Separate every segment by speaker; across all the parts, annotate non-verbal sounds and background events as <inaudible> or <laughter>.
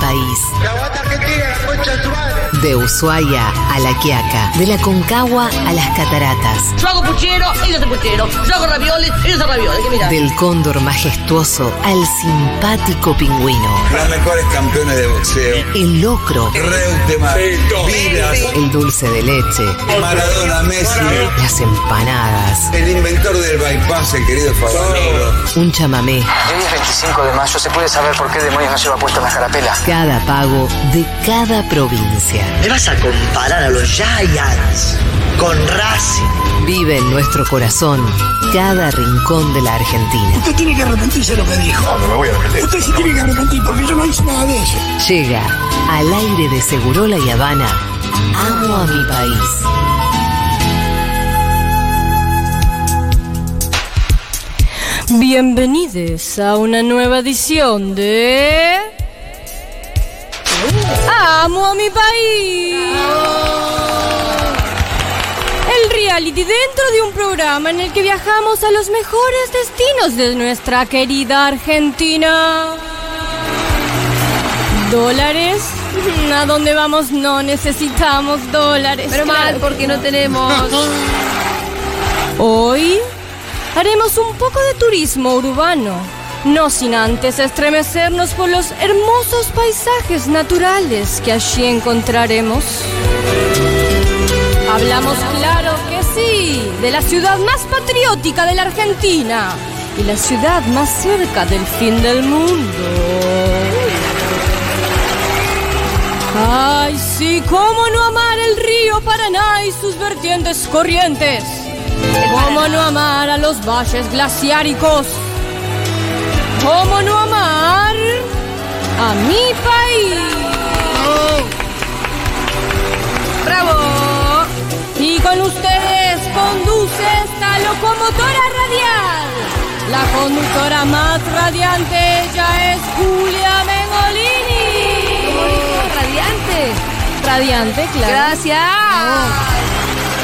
Speaker 1: país. De Ushuaia a La Quiaca, de la Concagua a las Cataratas,
Speaker 2: Yo hago puchero, ellos hacen puchero. Yo hago ravioles, ellos hacen ravioles. ¿Qué mirá?
Speaker 1: del cóndor majestuoso al simpático pingüino,
Speaker 3: Los mejores campeones de boxeo.
Speaker 1: el locro,
Speaker 3: Reutemann, Vilas,
Speaker 1: el dulce de leche,
Speaker 3: Maradona, Messi,
Speaker 1: las empanadas,
Speaker 3: el inventor del bypass, el querido Fabanero.
Speaker 1: un chamamé,
Speaker 4: Hoy es 25 de mayo, ¿se puede saber por qué demonios no lleva puesta la carapela?
Speaker 1: cada pago de cada provincia.
Speaker 5: ¿Te vas a comparar a los Giants con Racing?
Speaker 1: Vive en nuestro corazón cada rincón de la Argentina.
Speaker 6: Usted tiene que arrepentirse de lo que dijo. No, me voy a arrepentir. Usted se tiene que arrepentir porque yo no hice nada de eso.
Speaker 1: Llega al aire de Segurola y Habana. Amo a mi país.
Speaker 7: Bienvenidos a una nueva edición de... ¡Amo a mi país! El reality dentro de un programa en el que viajamos a los mejores destinos de nuestra querida Argentina. ¿Dólares? ¿A dónde vamos? No necesitamos dólares.
Speaker 8: Pero mal,
Speaker 7: claro.
Speaker 8: porque no tenemos.
Speaker 7: Hoy haremos un poco de turismo urbano, no sin antes estremecernos por los hermosos paisajes naturales que allí encontraremos. Hablamos, claro que sí, de la ciudad más patriótica de la Argentina y la ciudad más cerca del fin del mundo. Ay, sí, cómo no amar el río Paraná y sus vertientes corrientes. Cómo no amar a los valles glaciáricos. Cómo no amar a mi país. ¡Bravo! Y con ustedes conduce esta locomotora radial. La conductora más radiante ella es Julia Mengolini.
Speaker 8: Radiante.
Speaker 7: Radiante, claro.
Speaker 8: Gracias.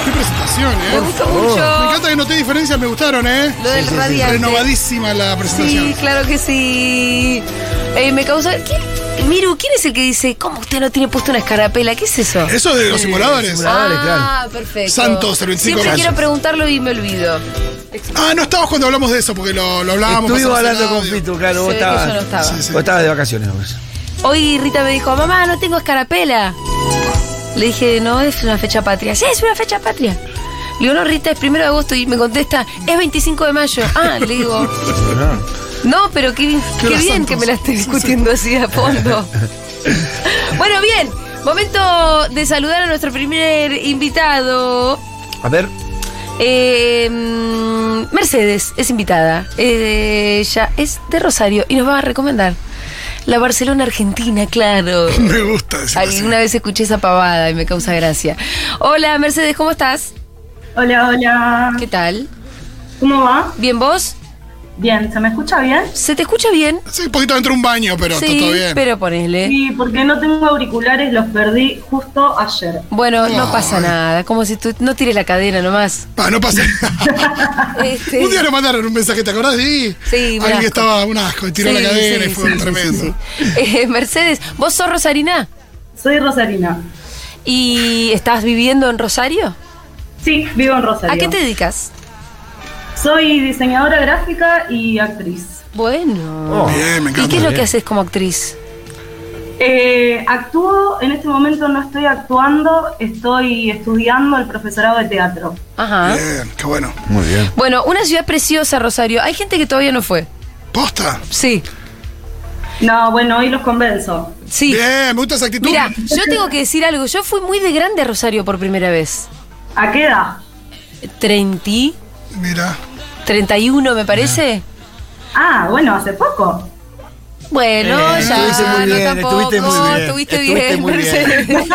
Speaker 9: Qué presentación, ¿eh?
Speaker 8: Me gustó
Speaker 9: Me
Speaker 8: mucho.
Speaker 9: encanta que noté diferencias, me gustaron, ¿eh?
Speaker 8: Lo del radiante.
Speaker 9: Renovadísima la
Speaker 8: Sí,
Speaker 9: presentación.
Speaker 8: claro que sí. Eh, me causa. ¿Quién? Miru, ¿quién es el que dice, ¿cómo usted no tiene puesto una escarapela? ¿Qué es eso?
Speaker 9: Eso de los simuladores.
Speaker 8: Ah, perfecto.
Speaker 9: Santos, el 25
Speaker 8: Siempre
Speaker 9: de mayo.
Speaker 8: quiero preguntarlo y me olvido.
Speaker 9: Ah, no estabas cuando hablamos de eso, porque lo, lo hablábamos.
Speaker 10: Estuvimos
Speaker 9: pasamos el
Speaker 10: hablando con
Speaker 9: audio.
Speaker 10: Pitu, claro, vos
Speaker 8: Se ve que
Speaker 10: estabas.
Speaker 8: yo no estaba.
Speaker 9: Sí, sí. <laughs>
Speaker 10: Vos estabas de vacaciones nomás.
Speaker 8: Hoy Rita me dijo, mamá, no tengo escarapela. Le dije, no, es una fecha patria. Sí, es una fecha patria. Le digo, no, Rita, es primero de agosto. Y me contesta, es 25 de mayo. Ah, le digo, no, pero qué, qué
Speaker 9: Qué
Speaker 8: bien
Speaker 9: razón,
Speaker 8: que me la esté
Speaker 9: sí, sí.
Speaker 8: discutiendo así a <laughs> fondo. bueno, bien, momento de saludar a nuestro primer invitado.
Speaker 10: A ver,
Speaker 8: Eh, mm, Mercedes es invitada. Eh, ella es de Rosario y nos va a recomendar la Barcelona Argentina, claro.
Speaker 9: Me gusta decir así.
Speaker 8: Alguna vez escuché esa pavada y me causa gracia. Hola, Mercedes, ¿cómo estás?
Speaker 11: Hola, hola.
Speaker 8: ¿Qué tal?
Speaker 11: ¿Cómo va?
Speaker 8: ¿Bien vos?
Speaker 11: Bien, ¿se me escucha bien?
Speaker 8: ¿Se te escucha bien?
Speaker 9: Sí, un poquito dentro de un baño, pero está todo
Speaker 8: sí,
Speaker 9: bien.
Speaker 8: pero ponele.
Speaker 11: Sí, porque no tengo auriculares, los perdí justo ayer.
Speaker 8: Bueno, no
Speaker 9: Ay.
Speaker 8: pasa nada. Como si tú no tires la cadena
Speaker 9: <laughs>
Speaker 8: nomás.
Speaker 9: Ah,
Speaker 8: <laughs>
Speaker 9: no pasa nada.
Speaker 8: Este-
Speaker 9: Un día nos mandaron un mensaje, ¿te acordás? Sí.
Speaker 8: Sí, un
Speaker 9: Alguien
Speaker 8: asco.
Speaker 9: estaba un asco y tiró
Speaker 8: Sí,
Speaker 9: la cadena
Speaker 8: sí,
Speaker 9: y fue
Speaker 8: sí,
Speaker 9: un
Speaker 8: sí,
Speaker 9: tremendo.
Speaker 8: sí, sí. Eh, Mercedes, ¿vos sos rosarina?
Speaker 11: Soy Rosarina.
Speaker 8: ¿Y estás viviendo en Rosario?
Speaker 11: Sí, vivo en Rosario.
Speaker 8: ¿A qué te dedicas?
Speaker 11: Soy diseñadora gráfica y actriz.
Speaker 8: Bueno.
Speaker 10: Oh,
Speaker 9: Bien, me
Speaker 8: ¿Y
Speaker 9: encanta.
Speaker 8: qué es lo
Speaker 9: Bien.
Speaker 8: que haces como actriz?
Speaker 11: Eh, actúo, en este momento no estoy actuando, estoy estudiando el profesorado de teatro.
Speaker 8: Ajá.
Speaker 9: Bien, qué bueno.
Speaker 10: muy bien.
Speaker 8: Bueno, una ciudad preciosa, Rosario. Hay gente que todavía no fue.
Speaker 9: ¿Posta?
Speaker 8: Sí,
Speaker 11: No, bueno, hoy los convenzo.
Speaker 8: sí.
Speaker 9: Bien, me gusta esa actitud.
Speaker 8: Mira, yo tengo que decir algo. Yo fui muy de grande a Rosario por primera vez.
Speaker 11: ¿A qué edad?
Speaker 8: 30,
Speaker 9: Mira.
Speaker 8: 31 me parece.
Speaker 11: Ah, bueno, hace poco.
Speaker 8: Bueno,
Speaker 10: Bien,
Speaker 8: ya,
Speaker 10: estuviste muy bien,
Speaker 8: no tampoco.
Speaker 10: estuviste muy bien,
Speaker 8: estuviste
Speaker 10: estuviste
Speaker 8: bien,
Speaker 10: muy bien.
Speaker 8: Mercedes.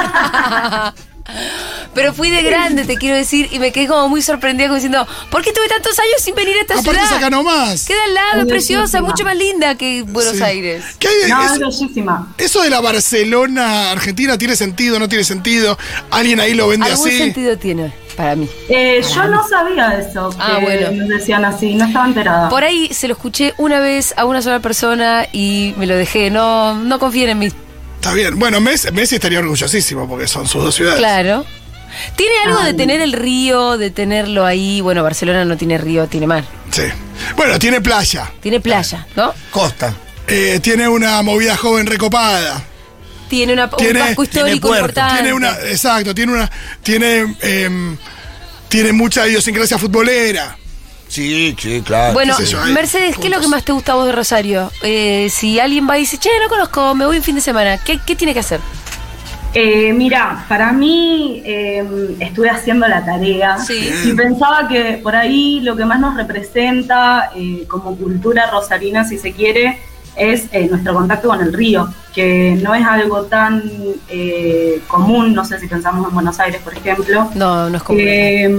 Speaker 8: Pero fui de grande, te quiero decir, y me quedé como muy sorprendida, como diciendo, ¿por qué tuve tantos años sin venir a esta
Speaker 9: Aparte es
Speaker 8: ciudad?
Speaker 9: acá nomás.
Speaker 8: Queda al lado, es
Speaker 11: Muy
Speaker 8: preciosa,
Speaker 11: bellísima.
Speaker 8: mucho más linda que Buenos
Speaker 9: Sí.
Speaker 8: Aires.
Speaker 9: ¿Qué hay de-
Speaker 11: No,
Speaker 9: es-
Speaker 11: es bellísima.
Speaker 9: Eso de la Barcelona Argentina tiene sentido, no tiene sentido. Alguien ahí lo vende
Speaker 8: Algún
Speaker 9: así.
Speaker 8: sentido tiene para mí.
Speaker 11: Eh, yo no sabía eso, que
Speaker 8: Ah, bueno.
Speaker 11: nos decían así, no estaba
Speaker 12: Ah.
Speaker 11: enterada.
Speaker 8: Por ahí se lo escuché una vez a una sola persona y me lo dejé. No, no confíen en mí.
Speaker 9: Está bien. Bueno, Messi, Messi estaría orgullosísimo porque son sus dos ciudades.
Speaker 8: Claro. Tiene algo de tener el río, de tenerlo ahí. Bueno, Barcelona no tiene río, tiene mar.
Speaker 9: Sí. Bueno, tiene playa.
Speaker 8: Tiene playa, ¿no?
Speaker 10: Costa.
Speaker 9: Eh, tiene una movida joven recopada.
Speaker 8: Tiene una,
Speaker 9: Tiene-
Speaker 8: un casco
Speaker 9: tiene
Speaker 8: histórico
Speaker 9: puerto.
Speaker 8: importante.
Speaker 9: Tiene una, exacto, tiene una, tiene, em, tiene mucha idiosincrasia futbolera.
Speaker 10: Sí, sí, claro.
Speaker 8: Bueno,
Speaker 9: qué sé yo, hay
Speaker 8: Mercedes, ¿qué es lo que más te gusta a vos de Rosario? Eh, si alguien va y dice, che, no conozco, me voy un fin de semana, ¿qué, qué tiene que hacer?
Speaker 12: Eh, mira, para mí eh, estuve haciendo la tarea
Speaker 8: Sí.
Speaker 12: y pensaba que por ahí lo que más nos representa eh, como cultura rosarina, si se quiere, es eh, nuestro contacto con el río, que no es algo tan eh, común, no sé si pensamos en Buenos Aires, por ejemplo.
Speaker 8: No, no es como.
Speaker 12: Eh,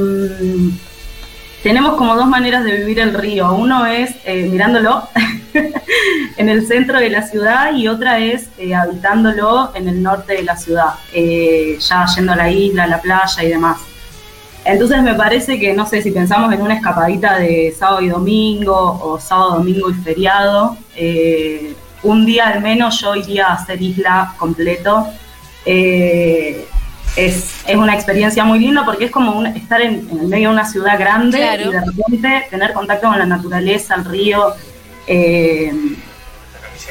Speaker 12: tenemos como dos maneras de vivir el río. Uno es eh, mirándolo <laughs> en el centro de la ciudad y otra es eh, habitándolo en el norte de la ciudad, eh, ya yendo a la isla, a la playa y demás. Entonces me parece que, no sé, si pensamos en una escapadita de sábado y domingo o sábado, domingo y feriado, eh, un día al menos yo iría a hacer isla completo. Eh, es, es una experiencia muy linda porque es como un- estar en, en el medio de una ciudad grande
Speaker 8: Claro.
Speaker 12: y de repente tener contacto con la naturaleza, el río. eh,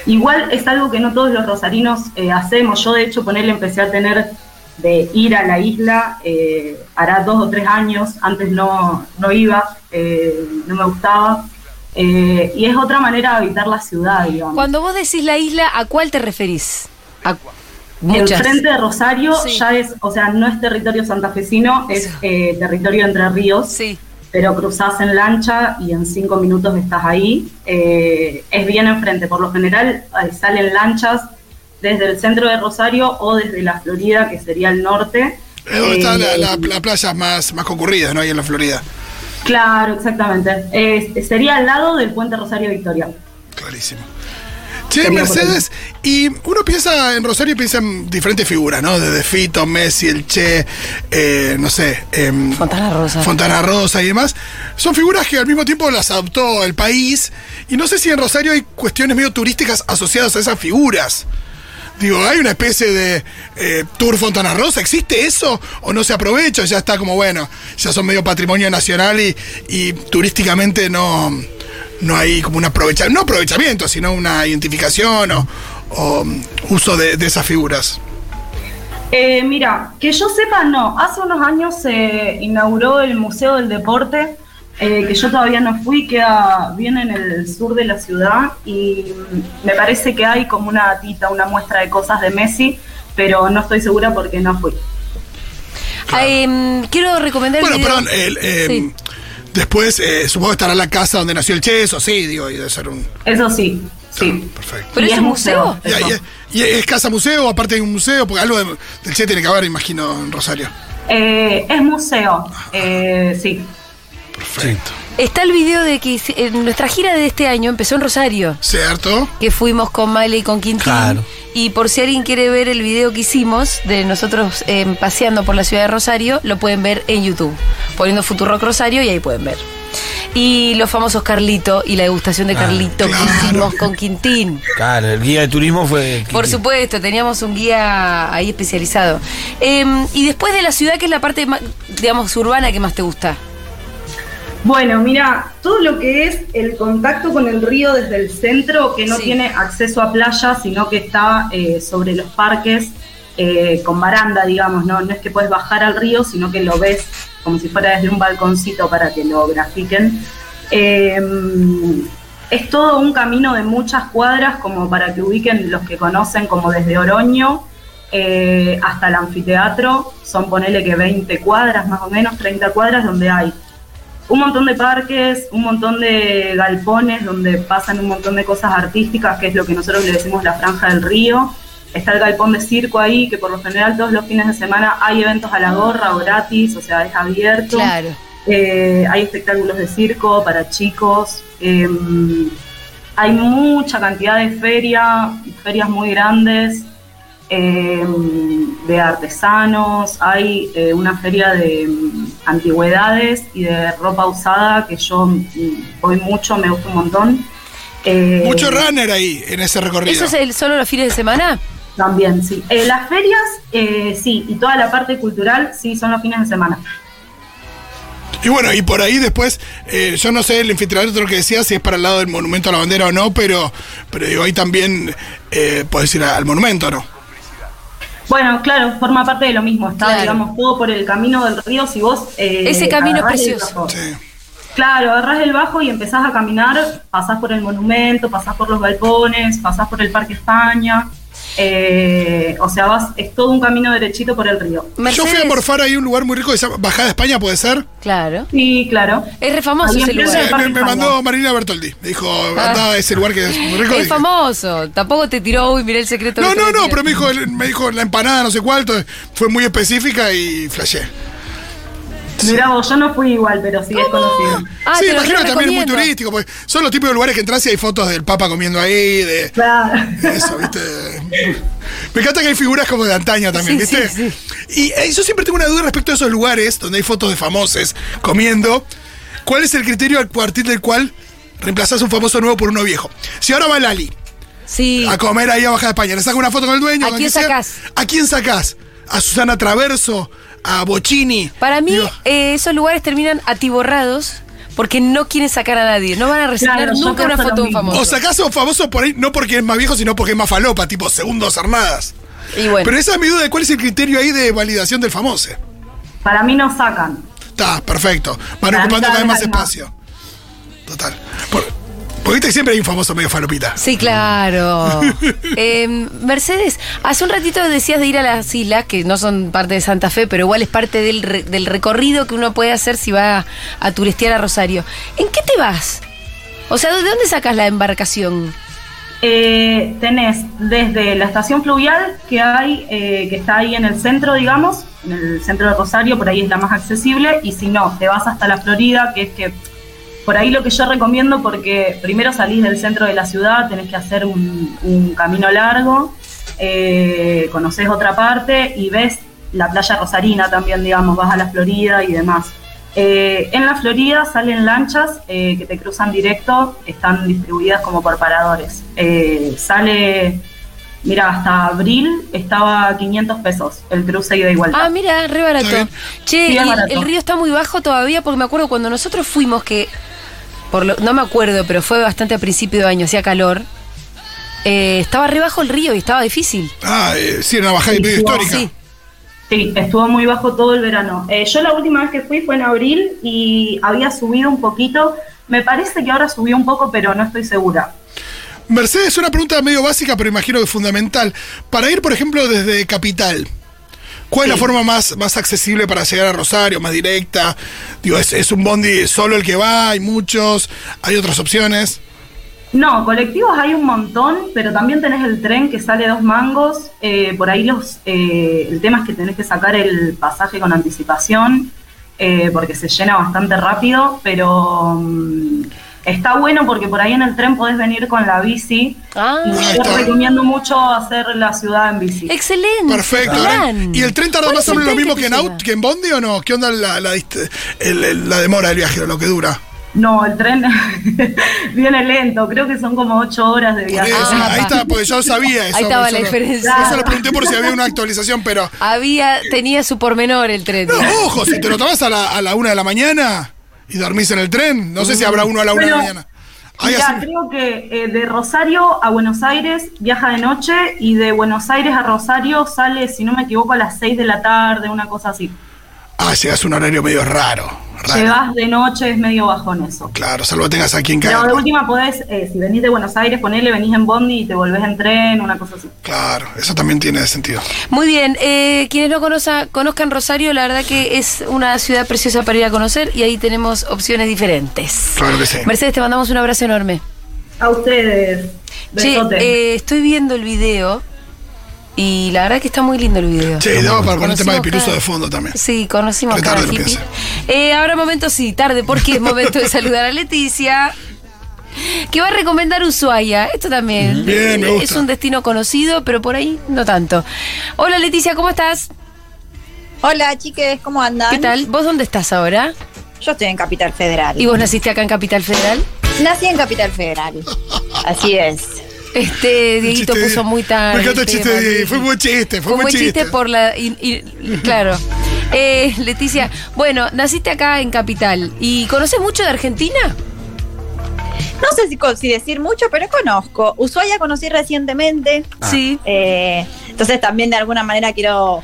Speaker 12: Igual es algo que no todos los rosarinos eh, hacemos. Yo, de hecho, ponerle empecé a tener de ir a la isla eh, hará dos o tres años. Antes no, no iba, eh, no me gustaba. Eh, y es otra manera de habitar la ciudad, digamos.
Speaker 8: Cuando vos decís la isla, ¿a cuál te referís? A muchas.
Speaker 12: El frente de Rosario
Speaker 8: Sí.
Speaker 12: ya es, o sea, no es territorio santafesino, es
Speaker 8: Eso.
Speaker 12: eh, territorio entre ríos.
Speaker 8: Sí.
Speaker 12: pero cruzás en lancha y en cinco minutos estás ahí. Eh, es bien enfrente. Por lo general eh, salen lanchas desde el centro de Rosario o desde la Florida, que sería el norte.
Speaker 9: Es donde están la-
Speaker 12: Eh,
Speaker 9: la- las playas más, más concurridas, ¿no? Ahí en la Florida.
Speaker 12: Claro, exactamente. Eh, sería al lado del puente Rosario Victoria.
Speaker 9: Clarísimo. Che,
Speaker 12: Sería
Speaker 9: Mercedes, y uno piensa en Rosario y piensa en diferentes figuras, ¿no? Desde Fito, Messi, el Che, eh, no sé. em,
Speaker 8: Fontana Rosa.
Speaker 9: Fontana Rosa y demás. Son figuras que al mismo tiempo las adoptó el país. Y no sé si en Rosario hay cuestiones medio turísticas asociadas a esas figuras. Digo, ¿hay una especie de eh, Tour Fontana Rosa? ¿Existe eso? ¿O no se aprovecha? Ya está como, bueno, ya son medio patrimonio nacional y, y turísticamente no, no hay como un aprovechamiento, no aprovechamiento, sino una identificación o, o, mm, uso de, de esas figuras.
Speaker 12: Eh, mira, que yo sepa, no. Hace unos años se inauguró el Museo del Deporte, eh, que yo todavía no fui, queda bien en el sur de la ciudad y mm, me parece que hay como una tita, una muestra de cosas de Messi, pero no estoy segura porque no fui.
Speaker 8: Ah, em, quiero recomendar el
Speaker 9: Bueno,
Speaker 8: video-
Speaker 9: perdón, el, eh,
Speaker 8: Sí.
Speaker 9: después eh, supongo que estará la casa donde nació el Che, eso sí, digo, y debe ser un...
Speaker 12: Eso sí, sí.
Speaker 9: Perfecto.
Speaker 8: ¿Pero
Speaker 12: Y
Speaker 8: es un museo?
Speaker 9: Y, ahí- y es casa museo, aparte de un museo, porque algo de- del Che tiene que haber, imagino, en Rosario.
Speaker 12: Eh, es museo, eh, sí.
Speaker 9: Perfecto.
Speaker 8: Está el video de que hice- en nuestra gira de este año empezó en Rosario.
Speaker 9: ¿Cierto?
Speaker 8: que fuimos con Miley y con Quintín.
Speaker 10: Claro.
Speaker 8: Y por si alguien quiere ver el video que hicimos de nosotros eh, paseando por la ciudad de Rosario, lo pueden ver en YouTube, poniendo Futurock Rosario y ahí pueden ver. Y los famosos Carlito y la degustación de Carlito
Speaker 9: Ah, claro.
Speaker 8: que hicimos con Quintín.
Speaker 10: Claro, el guía de turismo fue.
Speaker 8: Por supuesto, teníamos un guía ahí especializado. Eh, y después de la ciudad, que es la parte, ma- digamos, urbana que más te gusta?
Speaker 12: Bueno, mira, todo lo que es el contacto con el río desde el centro, que no
Speaker 8: Sí.
Speaker 12: tiene acceso a playa, sino que está eh, sobre los parques eh, con baranda, digamos, ¿no? No es que puedes bajar al río, sino que lo ves como si fuera desde un balconcito para que lo grafiquen. Eh, es todo un camino de muchas cuadras, como para que ubiquen los que conocen, como desde Oroño eh, hasta el anfiteatro. Son, ponele que 20 cuadras, más o menos, 30 cuadras, donde hay un montón de parques, un montón de galpones donde pasan un montón de cosas artísticas, que es lo que nosotros le decimos la franja del río. Está el galpón de circo ahí, que por lo general todos los fines de semana hay eventos a la gorra o gratis, o sea, es abierto.
Speaker 8: Claro.
Speaker 12: Eh, hay espectáculos de circo para chicos. eh, hay mucha cantidad de ferias, ferias muy grandes, eh, de artesanos. Hay eh, una feria de mm, antigüedades y de ropa usada que yo mm, voy mucho, me gusta un montón. Eh,
Speaker 9: Mucho runner ahí, en ese recorrido.
Speaker 8: ¿Eso es el, solo los fines de semana?
Speaker 12: También, sí. Eh, las ferias, eh, sí, y toda la parte cultural, sí, son los fines de semana.
Speaker 9: Y bueno, y por ahí después, eh, yo no sé el anfiteatro que decía, si es para el lado del monumento a la bandera o no, pero, pero digo, ahí también eh, podés ir al monumento, ¿no?
Speaker 12: Bueno, claro, forma parte de lo mismo, está,
Speaker 8: Claro.
Speaker 12: digamos, todo por el camino del río, si vos... eh,
Speaker 8: Ese camino es
Speaker 12: agarrás el
Speaker 8: precioso.
Speaker 12: bajo. Claro, agarrás el bajo y empezás a caminar, pasás por el monumento, pasás por los balcones, pasás por el Parque España, eh, o sea, vas, es todo un camino derechito por el río.
Speaker 9: Yo fui a morfar ahí a un lugar muy rico que se llama Bajada de España, ¿puede ser?
Speaker 8: Claro.
Speaker 12: Sí, claro.
Speaker 8: Es re famoso ese lugar.
Speaker 9: Me, me mandó Marina Bertoldi. Me dijo,
Speaker 8: Ah.
Speaker 9: anda a ese lugar que es muy rico.
Speaker 8: Es
Speaker 9: Dije,
Speaker 8: famoso. Tampoco te tiró, uy, mirá el secreto.
Speaker 9: no,
Speaker 8: que
Speaker 9: no,
Speaker 8: te
Speaker 9: no,
Speaker 8: metieron".
Speaker 9: pero me dijo, el- me dijo la empanada, no sé cuánto. Fue muy específica y flashé.
Speaker 12: Mirá vos, yo no fui igual, pero sí es conocido.
Speaker 13: Ah,
Speaker 8: Ah,
Speaker 9: sí, imagino que también es muy turístico. Porque son los tipos de lugares que entras y hay fotos del Papa comiendo ahí. De, Eso, ¿viste? Me encanta que hay figuras como de antaño también,
Speaker 13: Sí,
Speaker 9: ¿viste? Y eh, yo siempre tengo una duda respecto a esos lugares donde hay fotos de famosos comiendo. ¿Cuál es el criterio a partir del cual reemplazás un famoso nuevo por uno viejo? Si ahora va Lali a comer ahí a Baja de España, le sacas una foto con el dueño.
Speaker 8: ¿A
Speaker 9: con
Speaker 8: quién
Speaker 9: quien sea,
Speaker 8: sacás?
Speaker 9: ¿A quién sacás? ¿A Susana Traverso? ¿A Bocini?
Speaker 8: Para mí,
Speaker 9: Digo-
Speaker 8: eh, esos lugares terminan atiborrados porque no quieren sacar a nadie. No van a resignar
Speaker 12: Claro, yo
Speaker 8: nunca una
Speaker 12: pienso
Speaker 8: foto de
Speaker 12: lo
Speaker 8: un famoso.
Speaker 9: O sacás a un famoso por ahí, no porque es más viejo, sino porque es más falopa, tipo segundos armadas.
Speaker 8: Y bueno.
Speaker 9: Pero esa es mi duda de cuál es el criterio ahí de validación del famoso.
Speaker 12: <laughs> Para mí no sacan.
Speaker 9: Está, perfecto. Van
Speaker 12: Para mí
Speaker 9: ocupando cada vez
Speaker 12: cada vez
Speaker 9: más
Speaker 12: hay más.
Speaker 9: espacio. Total. Por- porque viste que siempre hay un famoso medio falopita.
Speaker 8: Sí, claro. Eh, Mercedes, hace un ratito decías de ir a las islas, que no son parte de Santa Fe, pero igual es parte del, re- del recorrido que uno puede hacer si va a, a turistear a Rosario. ¿En qué te vas? O sea, ¿de dónde sacas la embarcación?
Speaker 12: Eh, tenés desde la estación fluvial que hay, eh, que está ahí en el centro, digamos, en el centro de Rosario, por ahí es la más accesible, y si no, te vas hasta la Florida, que es que por ahí lo que yo recomiendo, porque primero salís del centro de la ciudad, tenés que hacer un, un camino largo, eh, conoces otra parte y ves la playa rosarina también, digamos, vas a la Florida y demás. Eh, en la Florida salen lanchas eh, que te cruzan directo, están distribuidas como por paradores. Eh, sale, mira, hasta abril estaba a 500 pesos el cruce ida y vuelta.
Speaker 8: Ah, mira, re barato. Che,
Speaker 12: Sí, es
Speaker 8: y
Speaker 12: barato.
Speaker 8: el río está muy bajo todavía porque me acuerdo cuando nosotros fuimos que, por lo- no me acuerdo, pero fue bastante a principio de año, hacía calor. eh, estaba re bajo el río y estaba difícil.
Speaker 9: Ah, eh, sí, era una bajada medio histórica.
Speaker 8: Sí.
Speaker 12: Sí, estuvo muy bajo todo el verano. Eh, yo la última vez que fui fue en abril y había subido un poquito. Me parece que ahora subió un poco, pero no estoy segura.
Speaker 9: Mercedes, una pregunta medio básica, pero imagino que fundamental. Para ir, por ejemplo, desde Capital, ¿cuál es la forma más, más accesible para llegar a Rosario, más directa? Digo, ¿es, es un bondi solo el que va? ¿Hay muchos? ¿Hay otras opciones?
Speaker 12: No, colectivos hay un montón, pero también tenés el tren que sale dos mangos. Eh, por ahí los, eh, el tema es que tenés que sacar el pasaje con anticipación, eh, porque se llena bastante rápido, pero mm, está bueno porque por ahí en el tren podés venir con la bici. y yo recomiendo mucho hacer la ciudad en bici.
Speaker 9: Mm,
Speaker 8: Excelente.
Speaker 9: Perfecto. ¿Y el tren tarda más o menos lo mismo que en, aut- que en bondi o no? ¿Qué onda la, la dist- el- el- la demora del viaje, lo que dura?
Speaker 12: No, el tren <laughs> viene lento, creo que son como ocho horas de viaje.
Speaker 9: Eso,
Speaker 8: Ah.
Speaker 9: ahí está, porque yo sabía eso.
Speaker 8: Ahí estaba
Speaker 9: eso
Speaker 8: la
Speaker 9: lo-
Speaker 8: diferencia.
Speaker 9: Eso lo pregunté por si había una actualización, pero.
Speaker 8: Había, tenía su pormenor el tren.
Speaker 9: No, ojo, si te lo tomás a la, a la una de la mañana y dormís en el tren, no sé si habrá uno a la una de la
Speaker 12: Bueno,
Speaker 9: mañana. Ahí
Speaker 12: Mirá,
Speaker 9: hace-
Speaker 12: creo que eh, de Rosario a Buenos Aires viaja de noche y de Buenos Aires a Rosario sale, si no me equivoco, a las seis de la tarde, una cosa así.
Speaker 9: Ah, llegas a un horario medio raro. raro.
Speaker 12: Llegás de noche, es medio bajón eso.
Speaker 9: Claro, salvo tengas aquí en
Speaker 12: Pero de
Speaker 9: casa.
Speaker 12: última podés, eh, si venís de Buenos Aires, ponele, venís en Bondi y te volvés en tren, una cosa así.
Speaker 9: Claro, eso también tiene sentido.
Speaker 8: Muy bien, eh, quienes no conoza- conozcan Rosario, la verdad que es una ciudad preciosa para ir a conocer y ahí tenemos opciones diferentes.
Speaker 9: Claro que sí.
Speaker 8: Mercedes, te mandamos un abrazo enorme.
Speaker 12: A ustedes.
Speaker 8: Che,
Speaker 12: Besote.
Speaker 8: eh, estoy viendo el video y la verdad que está muy lindo el video.
Speaker 9: Che, y daba para poner el tema de
Speaker 8: Conocimos
Speaker 9: Piruso
Speaker 8: cada-
Speaker 9: de fondo también.
Speaker 8: Sí, conocimos
Speaker 9: Pero
Speaker 8: cara
Speaker 9: tarde lo
Speaker 8: hippie.
Speaker 9: piensa.
Speaker 8: Eh, ahora momento sí, tarde, porque es momento de saludar a Leticia. Que va a recomendar Ushuaia. Esto también
Speaker 9: Mm. Bien, me
Speaker 8: eh,
Speaker 9: gusta.
Speaker 8: es un destino conocido, pero por ahí no tanto. Hola Leticia, ¿cómo estás?
Speaker 2: Hola chiques, ¿cómo andan?
Speaker 8: ¿Qué tal? ¿Vos dónde estás ahora?
Speaker 2: Yo estoy en Capital Federal.
Speaker 8: ¿Y vos naciste acá en Capital Federal? <laughs>
Speaker 2: Nací en Capital Federal. Así es.
Speaker 8: Este, Dieguito
Speaker 9: chiste de-
Speaker 8: puso muy tarde.
Speaker 9: Me encanta el chiste de
Speaker 8: tema,
Speaker 9: Diego, fue buen chiste, fue buen chiste.
Speaker 8: por la. y- y- claro. Eh, Leticia, bueno, naciste acá en Capital y conoces mucho de Argentina.
Speaker 12: No sé si, co- si decir mucho, pero conozco. Ushuaia conocí recientemente.
Speaker 8: Sí.
Speaker 12: Eh, entonces también de alguna manera quiero,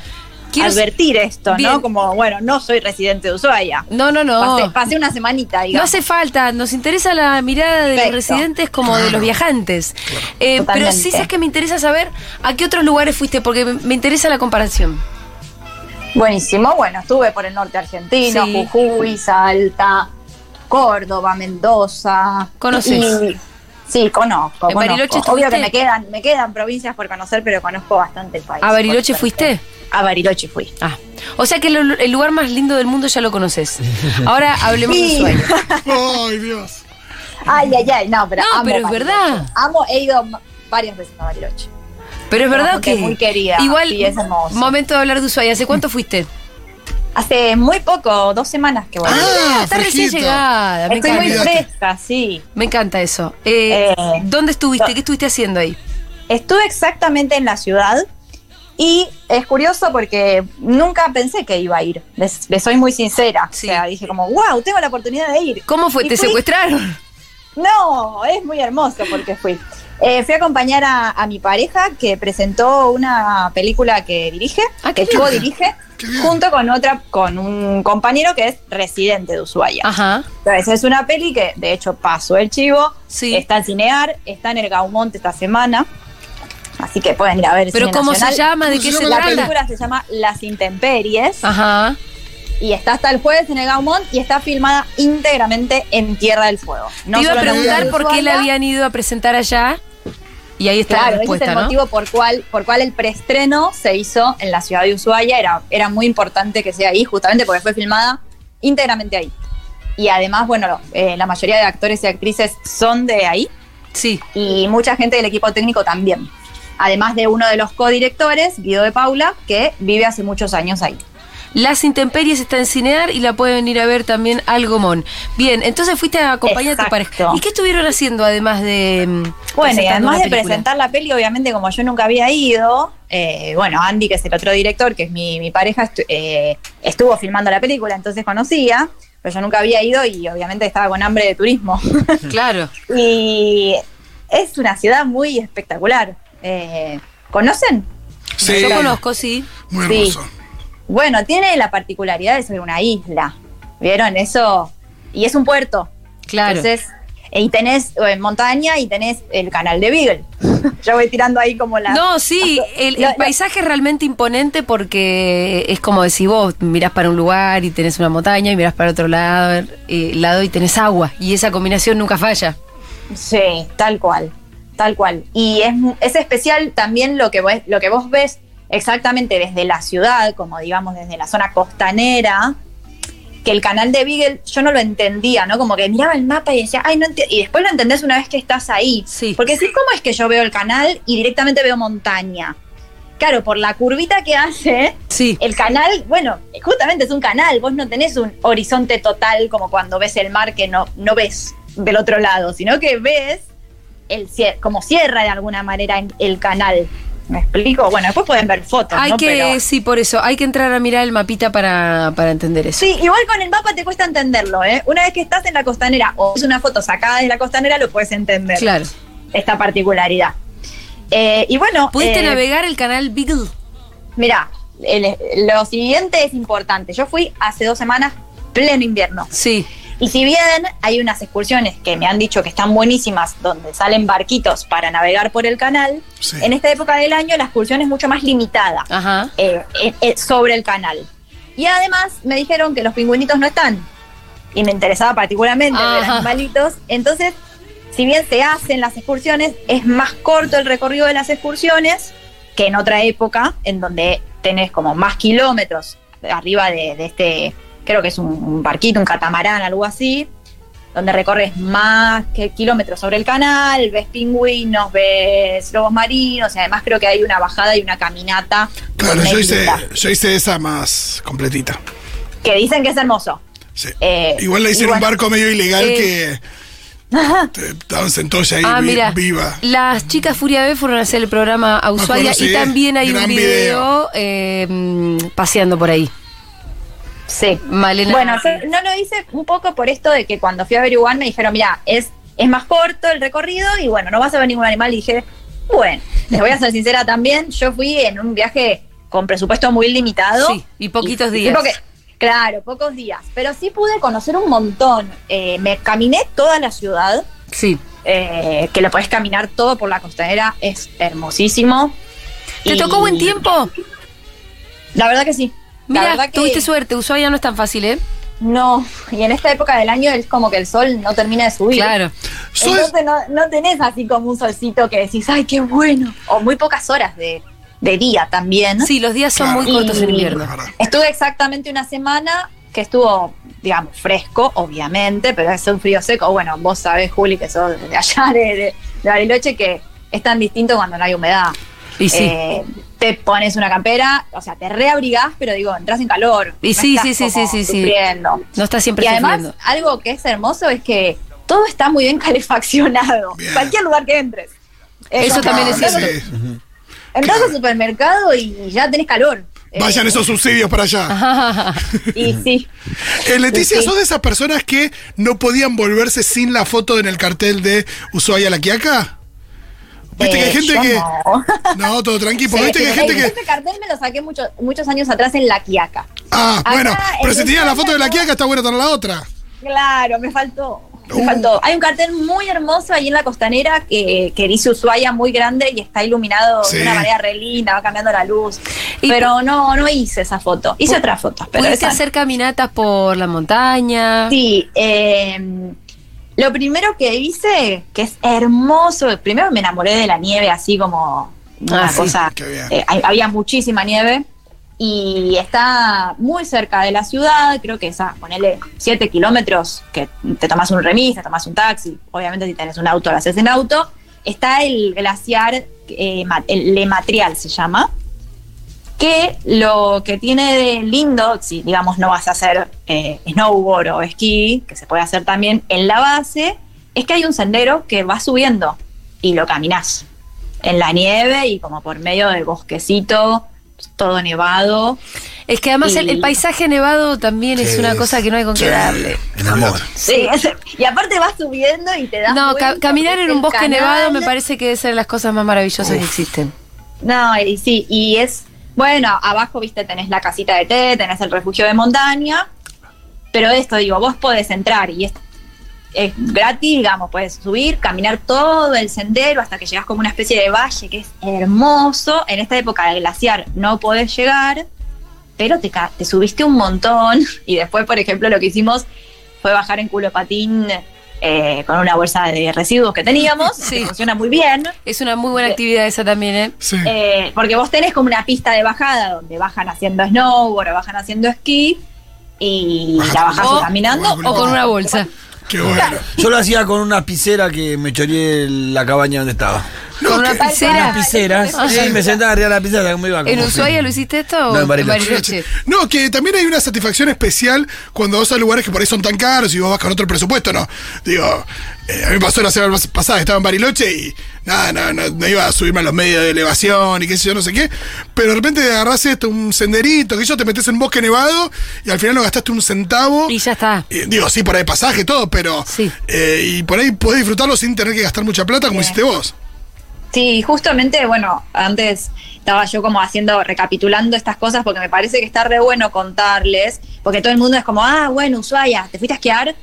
Speaker 8: Quiero-
Speaker 12: advertir esto,
Speaker 8: Bien.
Speaker 12: ¿no? Como, bueno, no soy residente de Ushuaia.
Speaker 8: No, no, no.
Speaker 12: Pasé, pasé una semanita,
Speaker 8: No
Speaker 12: digamos.
Speaker 8: hace falta, nos interesa la mirada de los residentes como de los viajantes. Eh, pero
Speaker 12: Totalmente.
Speaker 8: sí es que me interesa saber a qué otros lugares fuiste, porque me- me interesa la comparación.
Speaker 12: Buenísimo, bueno, estuve por el norte argentino,
Speaker 8: Sí.
Speaker 12: Jujuy, Salta, Córdoba, Mendoza.
Speaker 8: ¿Conoces?
Speaker 12: Y- sí, conozco.
Speaker 8: ¿En
Speaker 12: conozco.
Speaker 8: Bariloche
Speaker 12: Obvio
Speaker 8: estuviste?
Speaker 12: que me quedan, me quedan provincias por conocer, pero conozco bastante el país.
Speaker 8: ¿A Bariloche
Speaker 12: por suerte.
Speaker 8: fuiste?
Speaker 12: A Bariloche fui.
Speaker 8: Ah, o sea que el, el lugar más lindo del mundo ya lo conoces.
Speaker 9: <laughs>
Speaker 8: Ahora hablemos de
Speaker 12: Sí.
Speaker 8: Ushuaia.
Speaker 9: <laughs> Ay, Dios.
Speaker 12: Ay, ay, ay, no, pero,
Speaker 8: No,
Speaker 12: amo
Speaker 8: pero es
Speaker 12: Bariloche.
Speaker 8: verdad.
Speaker 12: Amo, he ido m- varias veces a Bariloche.
Speaker 8: Pero es
Speaker 12: Pero
Speaker 8: verdad
Speaker 12: porque
Speaker 8: que
Speaker 12: es muy querida,
Speaker 8: igual
Speaker 12: sí, es hermoso.
Speaker 8: momento de hablar de Ushuaia. ¿Hace cuánto fuiste?
Speaker 12: Hace muy poco, dos semanas que volví.
Speaker 9: Ah,
Speaker 8: <laughs> Está recién
Speaker 9: fresquito.
Speaker 8: llegada. Me
Speaker 12: Estoy
Speaker 8: encanta,
Speaker 12: muy fresca, sí.
Speaker 8: Me encanta eso. Eh,
Speaker 12: Eh,
Speaker 8: ¿Dónde estuviste?
Speaker 12: no.
Speaker 8: ¿Qué estuviste haciendo ahí?
Speaker 12: Estuve exactamente en la ciudad y es curioso porque nunca pensé que iba a ir. Les, les soy muy sincera.
Speaker 8: Sí.
Speaker 12: O sea, dije como, wow, tengo la oportunidad de ir.
Speaker 8: ¿Cómo fue?
Speaker 12: Y
Speaker 8: ¿Te
Speaker 12: fui-
Speaker 8: secuestraron?
Speaker 12: No, es muy hermoso porque fui. Eh, fui a acompañar a, a mi pareja que presentó una película que dirige,
Speaker 8: Ah, qué
Speaker 12: que yo dirige,
Speaker 9: Qué bien.
Speaker 12: junto con otra, con un compañero que es residente de Ushuaia.
Speaker 8: Ajá.
Speaker 12: Entonces es una peli que, de hecho, pasó el chivo.
Speaker 8: Sí.
Speaker 12: Está en Cinear, está en el Gaumont esta semana. Así que pueden ir a ver. el
Speaker 8: ¿Pero
Speaker 12: cine
Speaker 8: cómo se
Speaker 12: nacional.
Speaker 8: llama? ¿De
Speaker 9: ¿Cómo
Speaker 8: qué
Speaker 9: se
Speaker 8: se
Speaker 9: llama
Speaker 12: La
Speaker 8: trata?
Speaker 12: película se llama Las Intemperies
Speaker 8: Ajá.
Speaker 12: y está hasta el jueves en el Gaumont y está filmada íntegramente en Tierra del Fuego. No
Speaker 8: Te iba a
Speaker 12: solo en la
Speaker 8: preguntar
Speaker 12: ciudad de
Speaker 8: por qué la
Speaker 12: Ushuaia.
Speaker 8: habían ido a presentar allá. Y ahí está
Speaker 12: Claro,
Speaker 8: la
Speaker 12: ese es
Speaker 8: respuesta,
Speaker 12: el
Speaker 8: ¿no?
Speaker 12: motivo por cual, por cual el preestreno se hizo en la ciudad de Ushuaia. Era, era muy importante que sea ahí, justamente porque fue filmada íntegramente ahí. Y además, bueno, eh, la mayoría de actores y actrices son de ahí
Speaker 8: Sí.
Speaker 12: y mucha gente del equipo técnico también. Además de uno de los codirectores, Guido de Paula, que vive hace muchos años ahí.
Speaker 8: Las intemperies está en Cinear y la pueden ir a ver también al Gomón. Bien, entonces fuiste a acompañar a tu
Speaker 12: Exacto.
Speaker 8: pareja. ¿Y qué estuvieron haciendo además de mm,
Speaker 12: Bueno, y
Speaker 8: presentando
Speaker 12: además
Speaker 8: una
Speaker 12: de
Speaker 8: película?
Speaker 12: presentar la peli, obviamente, como yo nunca había ido, eh, bueno, Andy, que es el otro director, que es mi, mi pareja, estu- eh, estuvo filmando la película, entonces conocía, pero yo nunca había ido y obviamente estaba con hambre de turismo. <laughs>
Speaker 8: Claro.
Speaker 12: y es una ciudad muy espectacular. Eh, ¿Conocen?
Speaker 9: Sí,
Speaker 8: Yo conozco, sí.
Speaker 9: muy
Speaker 12: Sí.
Speaker 9: hermoso.
Speaker 12: Bueno, tiene la particularidad de ser una isla. ¿Vieron eso? Y es un puerto.
Speaker 8: Claro.
Speaker 12: Entonces, y tenés eh, montaña y tenés el canal de Beagle. <laughs> yo voy tirando ahí como la...
Speaker 8: no,
Speaker 12: <laughs>
Speaker 8: sí, el, el
Speaker 12: Lo- lo-
Speaker 8: paisaje es realmente imponente porque es como decir vos mirás para un lugar y tenés una montaña y mirás para otro lado, eh, lado y tenés agua. Y esa combinación nunca falla.
Speaker 12: Sí, tal cual, tal cual. Y es, mu- es especial también lo que, vos, lo que vos ves exactamente desde la ciudad, como digamos desde la zona costanera, que el canal de Beagle yo no lo entendía, ¿no? Como que miraba el mapa y decía, ay, no entiendo. Y después lo entendés una vez que estás ahí.
Speaker 8: Sí.
Speaker 12: Porque sí, ¿cómo es que yo veo el canal y directamente veo montaña? Claro, por la curvita que hace,
Speaker 8: Sí.
Speaker 12: el canal, bueno, justamente es un canal, vos no tenés un horizonte total como cuando ves el mar que no, no ves del otro lado, sino que ves el cier- como cierra de alguna manera en- el canal. ¿Me explico? Bueno, después pueden ver fotos,
Speaker 8: Hay
Speaker 12: ¿no?
Speaker 8: que,
Speaker 12: Pero-
Speaker 8: sí, por eso, hay que entrar a mirar el mapita para, para entender eso.
Speaker 12: Sí, igual con el mapa te cuesta entenderlo, ¿eh? Una vez que estás en la costanera o es una foto sacada de la costanera, lo puedes entender,
Speaker 8: Claro.
Speaker 12: esta particularidad. Eh, y bueno,
Speaker 8: ¿Pudiste
Speaker 12: eh,
Speaker 8: navegar el canal Beagle?
Speaker 12: Mira, el- lo siguiente es importante. Yo fui hace dos semanas pleno invierno.
Speaker 8: Sí.
Speaker 12: Y si bien hay unas excursiones que me han dicho que están buenísimas, donde salen barquitos para navegar por el canal,
Speaker 9: Sí.
Speaker 8: este
Speaker 12: en esta época del año la excursión es mucho más limitada
Speaker 8: Ajá.
Speaker 12: eh, eh, eh, sobre el canal. Y además me dijeron que los pingüinitos no están. Y me interesaba particularmente ver
Speaker 8: Ajá.
Speaker 12: animalitos. Entonces, si bien se hacen las excursiones, es más corto el recorrido de las excursiones que en otra época, en donde tenés como más kilómetros arriba de, de este, creo que es un, un barquito, un catamarán, algo así, donde recorres más que kilómetros sobre el canal, ves pingüinos, ves lobos marinos, y además creo que hay una bajada y una caminata.
Speaker 9: Claro, yo hice,
Speaker 12: media,
Speaker 9: yo hice esa más completita.
Speaker 12: Que dicen que es hermoso.
Speaker 9: Sí.
Speaker 12: Eh,
Speaker 9: Igual la hice
Speaker 12: y
Speaker 9: en un
Speaker 12: bueno,
Speaker 9: barco medio ilegal
Speaker 8: Eh,
Speaker 9: que Estaban Sentoya ahí
Speaker 8: Ah,
Speaker 9: vi-
Speaker 8: mira.
Speaker 9: viva.
Speaker 8: Las chicas Furia B fueron a hacer el programa a Ushuaia
Speaker 9: acuerdo,
Speaker 8: y
Speaker 9: sí.
Speaker 8: también hay un
Speaker 9: Gran
Speaker 8: video, eh, mm, paseando por ahí.
Speaker 12: Sí.
Speaker 8: Malena.
Speaker 12: Bueno, yo no lo hice un poco por esto de que cuando fui a averiguar me dijeron, mira, es, es más corto el recorrido y bueno, no vas a ver ningún animal. Y dije, bueno, les voy a ser sincera también, yo fui en un viaje con presupuesto muy limitado.
Speaker 8: Sí, y poquitos días.
Speaker 12: porque- claro, pocos días. Pero sí pude conocer un montón. Eh, me caminé toda la ciudad. eh,
Speaker 8: Sí.
Speaker 12: que lo podés caminar todo por la costanera, es hermosísimo.
Speaker 8: ¿Te tocó buen tiempo?
Speaker 12: La verdad que sí. La
Speaker 8: Mira,
Speaker 12: verdad que-
Speaker 8: tuviste suerte, Ushuaia no es tan fácil, ¿eh?
Speaker 12: No, y en esta época del año es como que el sol no termina de subir.
Speaker 8: Claro.
Speaker 12: Entonces no, no tenés así como un solcito que decís, ay, qué bueno. O muy pocas horas de, de día también.
Speaker 8: Sí, los días son
Speaker 12: Claro.
Speaker 8: muy cortos en
Speaker 12: Y
Speaker 8: invierno.
Speaker 12: Estuve exactamente una semana que estuvo, digamos, fresco, obviamente, pero es un frío seco. Bueno, vos sabés, Juli, que sos de allá, de, de, de Bariloche, que es tan distinto cuando no hay humedad.
Speaker 8: Y sí.
Speaker 12: Eh, te pones una campera, o sea, te reabrigás, pero digo, entras en calor.
Speaker 8: Y
Speaker 12: No
Speaker 8: sí,
Speaker 12: estás
Speaker 8: sí, sí, sí,
Speaker 12: como
Speaker 8: sí, sí.
Speaker 12: sufriendo.
Speaker 8: No está siempre
Speaker 12: Y además,
Speaker 8: sufriendo.
Speaker 12: algo que es hermoso es que todo está muy bien <laughs> calefaccionado. Cualquier lugar que entres. Eh,
Speaker 8: Eso
Speaker 12: como-
Speaker 8: también
Speaker 9: Ah,
Speaker 8: es
Speaker 12: entras-
Speaker 8: cierto.
Speaker 12: Entras al supermercado y ya tenés calor. Eh,
Speaker 9: Vayan esos subsidios para allá.
Speaker 12: Y sí.
Speaker 9: Eh, Leticia,
Speaker 12: Sí.
Speaker 9: ¿sos de esas personas que no podían volverse sin la foto en el cartel de Ushuaia La Quiaca? Viste que hay
Speaker 12: Eh,
Speaker 9: gente
Speaker 12: yo
Speaker 9: que.
Speaker 12: no.
Speaker 9: No, todo tranqui, porque
Speaker 12: Sí,
Speaker 9: <laughs> viste que hay
Speaker 12: eh,
Speaker 9: gente que.
Speaker 12: Este cartel me lo saqué mucho- muchos años atrás en La Quiaca.
Speaker 9: Ah,
Speaker 12: Acá,
Speaker 9: bueno, pero
Speaker 12: en
Speaker 9: si tenías la foto de La
Speaker 12: Ushuaia,
Speaker 9: Quiaca, está buena tener la otra.
Speaker 12: Claro, me faltó. Me faltó. Hay un cartel muy hermoso ahí en la costanera que, que dice Ushuaia muy grande y está iluminado
Speaker 8: Sí.
Speaker 12: de una manera re linda, va cambiando la luz.
Speaker 8: Y-
Speaker 12: pero no, no hice esa foto. Hice otras fotos. Pero
Speaker 8: ¿Pudiste
Speaker 12: esa no.
Speaker 8: hacer caminatas por la montaña?
Speaker 12: Sí, eh, lo primero que hice, que es hermoso, primero me enamoré de la nieve, así como una
Speaker 8: Ah, sí,
Speaker 12: cosa.
Speaker 8: qué bien.
Speaker 12: eh, hay- había muchísima nieve y está muy cerca de la ciudad, creo que es a ponerle 7 kilómetros, que te tomas un remis, te tomas un taxi, obviamente si tenés un auto lo haces en auto. Está el glaciar, eh, ma- el Le Matrial se llama que lo que tiene de lindo, si digamos no vas a hacer eh, snowboard o esquí, que se puede hacer también en la base, es que hay un sendero que va subiendo y lo caminás en la nieve y como por medio del bosquecito, todo nevado.
Speaker 8: Es que además el, el paisaje nevado también es
Speaker 12: Sí,
Speaker 8: una cosa que no hay con
Speaker 12: sí.
Speaker 8: qué darle.
Speaker 12: Sí, es- y aparte vas subiendo y te das
Speaker 8: No, ca-
Speaker 12: vuelta
Speaker 8: caminar
Speaker 12: porque
Speaker 8: en un
Speaker 12: el
Speaker 8: bosque
Speaker 12: canal-
Speaker 8: nevado me parece que es de las cosas más maravillosas que existen.
Speaker 12: No, y sí, y es, bueno, abajo, viste, tenés la casita de té, tenés el refugio de montaña, pero esto, digo, vos podés entrar y es, es gratis, digamos, podés subir, caminar todo el sendero hasta que llegás como una especie de valle que es hermoso. En esta época del glaciar no podés llegar, pero te, ca- te subiste un montón y después, por ejemplo, lo que hicimos fue bajar en culo patín. eh, con una bolsa de residuos que teníamos, que funciona muy bien.
Speaker 8: Es una muy buena actividad esa también, ¿eh?
Speaker 12: Eh, porque vos tenés como una pista de bajada donde bajan haciendo snowboard o bajan haciendo esquí y la bajas
Speaker 8: o-
Speaker 12: caminando
Speaker 8: o con una bolsa.
Speaker 9: Oh, Qué bueno.
Speaker 10: Yo lo hacía con una picera que me choreé la cabaña donde estaba.
Speaker 8: ¿Con una picera?
Speaker 10: Una picera.
Speaker 8: Eso es
Speaker 10: Sí, me sentaba arriba de la picera. Me iba como
Speaker 8: ¿En
Speaker 10: así.
Speaker 8: Ushuaia lo hiciste esto? o
Speaker 10: No, en Bariloche.
Speaker 9: <laughs> No, que también hay una satisfacción especial cuando vas a lugares que por ahí son tan caros y vos vas con otro presupuesto, ¿no? Digo, eh, a mí me pasó la semana pasada, estaba en Bariloche y nada, no, no, no iba a subirme a los medios de elevación y qué sé yo, no sé qué, pero de repente agarrás esto, un senderito, que yo te metes en un bosque nevado y al final no gastaste un centavo. Y
Speaker 8: ya está.
Speaker 9: digo, sí, por ahí pasaje, todo, pero... eh, y por ahí podés disfrutarlo sin tener que gastar mucha plata como hiciste vos.
Speaker 12: Sí, justamente, bueno, antes estaba yo como haciendo, recapitulando estas cosas porque me parece que está re bueno contarles, porque todo el mundo es como, ah, bueno, Ushuaia, ¿te fuiste a esquiar?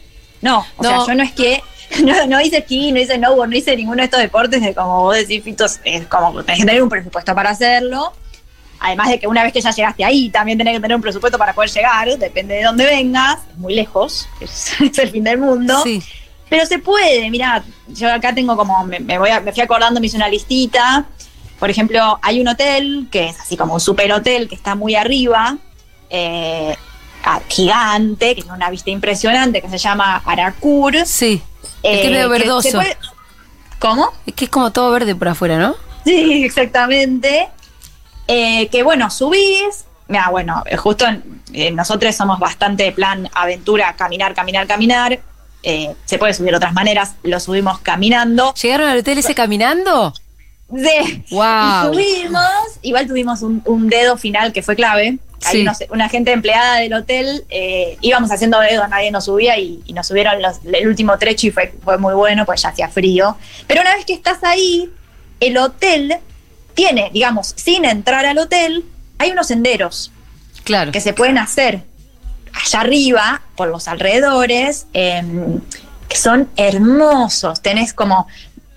Speaker 12: No, o
Speaker 8: No.
Speaker 12: sea, yo no esquié, <laughs> no, no hice esquí, no hice snowboard, no hice ninguno de estos deportes de como vos decís, Fitos, es como tenés que tener un presupuesto para hacerlo. Además de que una vez que ya llegaste ahí, también tenés que tener un presupuesto para poder llegar, depende de dónde vengas, es muy lejos, <laughs> es, es el fin del mundo. Pero se puede, mira, yo acá tengo como, me, me voy a- me fui acordando, me hice una listita. Por ejemplo, hay un hotel que es así como un super hotel que está muy arriba, eh, ah, gigante, que tiene una vista impresionante, que se llama Aracur.
Speaker 8: Sí,
Speaker 12: Eh,
Speaker 8: es que es medio
Speaker 12: que se
Speaker 8: verdoso.
Speaker 12: puede- ¿Cómo? <laughs>
Speaker 8: Es que es como todo verde por afuera, ¿no?
Speaker 12: Sí, exactamente. Eh, que bueno, subís. Mira, bueno, eh, justo eh, nosotros somos bastante de plan aventura, caminar, caminar, caminar. eh, se puede subir de otras maneras, lo subimos caminando.
Speaker 8: ¿Llegaron al hotel ese caminando?
Speaker 12: Sí.
Speaker 8: Wow.
Speaker 12: Y subimos, igual tuvimos un, un dedo final que fue clave. Hay
Speaker 8: Sí.
Speaker 12: unos- una gente empleada del hotel, eh, íbamos haciendo dedo, nadie nos subía y, y nos subieron los- el último trecho y fue, fue muy bueno, pues ya hacía frío. Pero una vez que estás ahí, el hotel tiene, digamos, sin entrar al hotel, hay unos senderos
Speaker 8: claro.
Speaker 12: que se pueden hacer allá arriba, por los alrededores, em, que son hermosos. Tenés como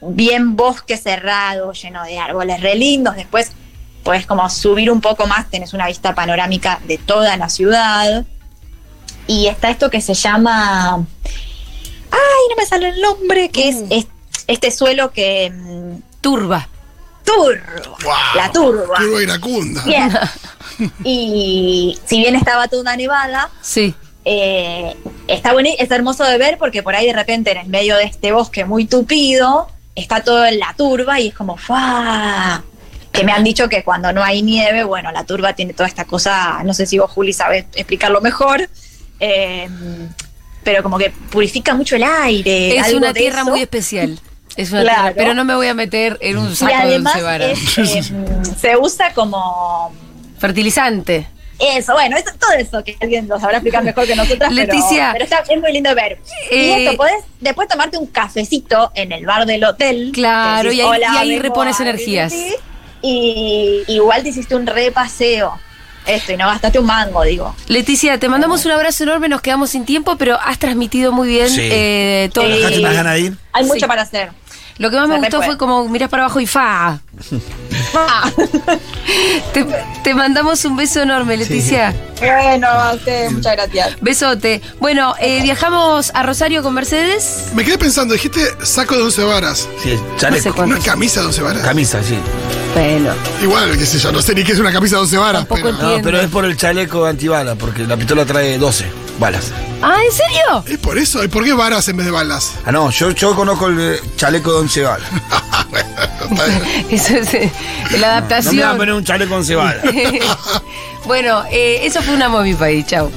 Speaker 12: bien bosque cerrado, lleno de árboles re lindos. Después podés como subir un poco más, tenés una vista panorámica de toda la ciudad. Y está esto que se llama. Ay, no me sale el nombre, que es, es- este suelo que. mm,
Speaker 8: Turba.
Speaker 12: Turba. La
Speaker 9: <laughs>
Speaker 12: turba.
Speaker 9: Turba iracunda.
Speaker 12: Bien. Y si bien estaba toda nevada,
Speaker 8: sí.
Speaker 12: Eh, está boni- es hermoso de ver porque por ahí de repente en el medio de este bosque muy tupido está todo en la turba y es como ¡fa! Que me han dicho que cuando no hay nieve, bueno, la turba tiene toda esta cosa, no sé si vos, Juli, sabes explicarlo mejor, eh, pero como que purifica mucho el aire.
Speaker 8: Es
Speaker 12: Eh, algo
Speaker 8: una
Speaker 12: de
Speaker 8: tierra
Speaker 12: eso.
Speaker 8: muy especial. Es una
Speaker 12: Claro.
Speaker 8: tierra, pero no me voy a meter en un
Speaker 12: Y
Speaker 8: saco
Speaker 12: además
Speaker 8: de once varas.
Speaker 12: es, eh, se usa como
Speaker 8: <laughs> Fertilizante.
Speaker 12: Eso, bueno, eso- todo eso que alguien lo sabrá explicar mejor que nosotras. pero-
Speaker 8: Leticia.
Speaker 12: Pero, está, es muy lindo de ver.
Speaker 8: Eh,
Speaker 12: y esto, podés después tomarte un cafecito en el bar del hotel.
Speaker 8: Claro,
Speaker 12: Decís,
Speaker 8: y ahí-
Speaker 12: "Hola,
Speaker 8: y ahí
Speaker 12: vengo
Speaker 8: repones
Speaker 12: a
Speaker 8: energías".
Speaker 12: vivir", Y igual te hiciste un repaseo. Esto, y no gastaste un mango, digo.
Speaker 8: Leticia, te mandamos un abrazo enorme, nos quedamos sin tiempo, pero has transmitido muy bien
Speaker 10: Sí.
Speaker 8: eh, todo.
Speaker 10: ¿Dejaste unas ganas de ir?
Speaker 12: Hay
Speaker 8: Sí.
Speaker 12: mucho para hacer.
Speaker 8: Lo que más me
Speaker 12: Se re
Speaker 8: gustó
Speaker 12: puede.
Speaker 8: fue como mirás para abajo y fa.
Speaker 12: Fa.
Speaker 8: <laughs> te, te mandamos un beso enorme, Leticia.
Speaker 12: Bueno, a ustedes, muchas gracias.
Speaker 8: Besote. Bueno, eh, viajamos a Rosario con Mercedes.
Speaker 9: Me quedé pensando, dijiste saco de 11 varas.
Speaker 10: Sí,
Speaker 8: sé
Speaker 9: chaleco.
Speaker 8: cuántos
Speaker 9: No es camisa de 11 varas.
Speaker 10: Camisa, sí.
Speaker 8: Bueno.
Speaker 9: Igual, qué sé yo, no sé ni qué es una camisa de 11 varas. Pero...
Speaker 10: No, pero es por el chaleco antibala, porque la pistola trae 12 balas.
Speaker 8: Ah, ¿en serio? <laughs>
Speaker 9: Es por eso, ¿y por qué varas en vez de balas?
Speaker 10: Ah, no, yo, yo conozco el eh, chaleco de 11 balas.
Speaker 8: Eso es eh, la
Speaker 10: No me van a
Speaker 8: adaptación.
Speaker 10: poner un chaleco de 11 balas.
Speaker 8: bueno, eh, eso fue una momi país. Chau.